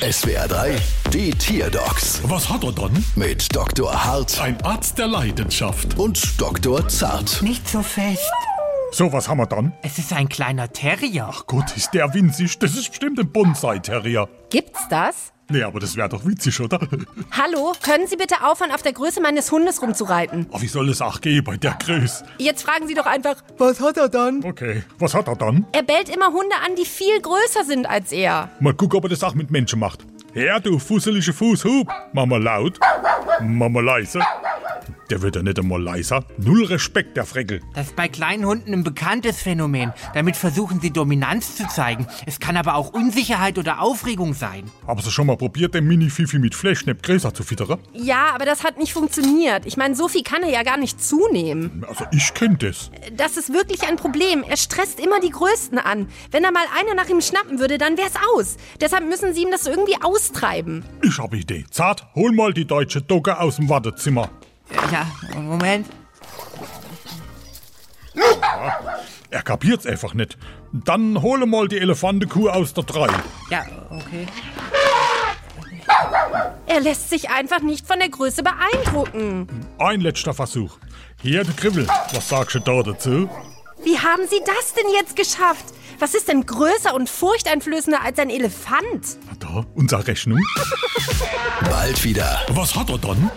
SWR 3, die Tierdocs Was hat er dann? mit Dr. Hart Ein Arzt der Leidenschaft. und Dr. Zart. Nicht so fest. So, was haben wir dann? Es ist ein kleiner Terrier. Ach Gott, ist der winzig. Das ist bestimmt ein Bonsai-Terrier. Gibt's das? Nee, aber das wäre doch witzig, oder? Hallo, können Sie bitte aufhören, auf der Größe meines Hundes rumzureiten? Aber wie soll es auch gehen bei der Größe? Jetzt fragen Sie doch einfach, Was hat er dann? Okay, was hat er dann? er bellt immer Hunde an, die viel größer sind als er. Mal gucken, ob er das auch mit Menschen macht. Her, du fusselige Fuß, hup! Mama laut, Mama leise. Der wird ja nicht einmal leiser. Null Respekt, der Freckel. Das ist bei kleinen Hunden ein bekanntes Phänomen. Damit versuchen sie Dominanz zu zeigen. Es kann aber auch Unsicherheit oder Aufregung sein. Haben Sie schon mal probiert, den Mini-Fifi mit Fleischknepp Gräser zu füttern? Ja, aber das hat nicht funktioniert. Ich meine, so viel kann er ja gar nicht zunehmen. Also, ich kenn das. Das ist wirklich ein Problem. Er stresst immer die Größten an. Wenn da mal einer nach ihm schnappen würde, dann wär's aus. Deshalb müssen Sie ihm das irgendwie austreiben. Ich hab Idee. Zart, hol mal die deutsche Dogge aus dem Wartezimmer. Ja, Moment. Er kapiert's einfach nicht. Dann hole mal die Elefantekuh aus der 3. Ja, okay. Er lässt sich einfach nicht von der Größe beeindrucken. Ein letzter Versuch. Hier, du Kribbel, was sagst du da dazu? Wie haben Sie das denn jetzt geschafft? Was ist denn größer und furchteinflößender als ein Elefant? Na Da, unsere Rechnung. Bald wieder. Was hat er dann?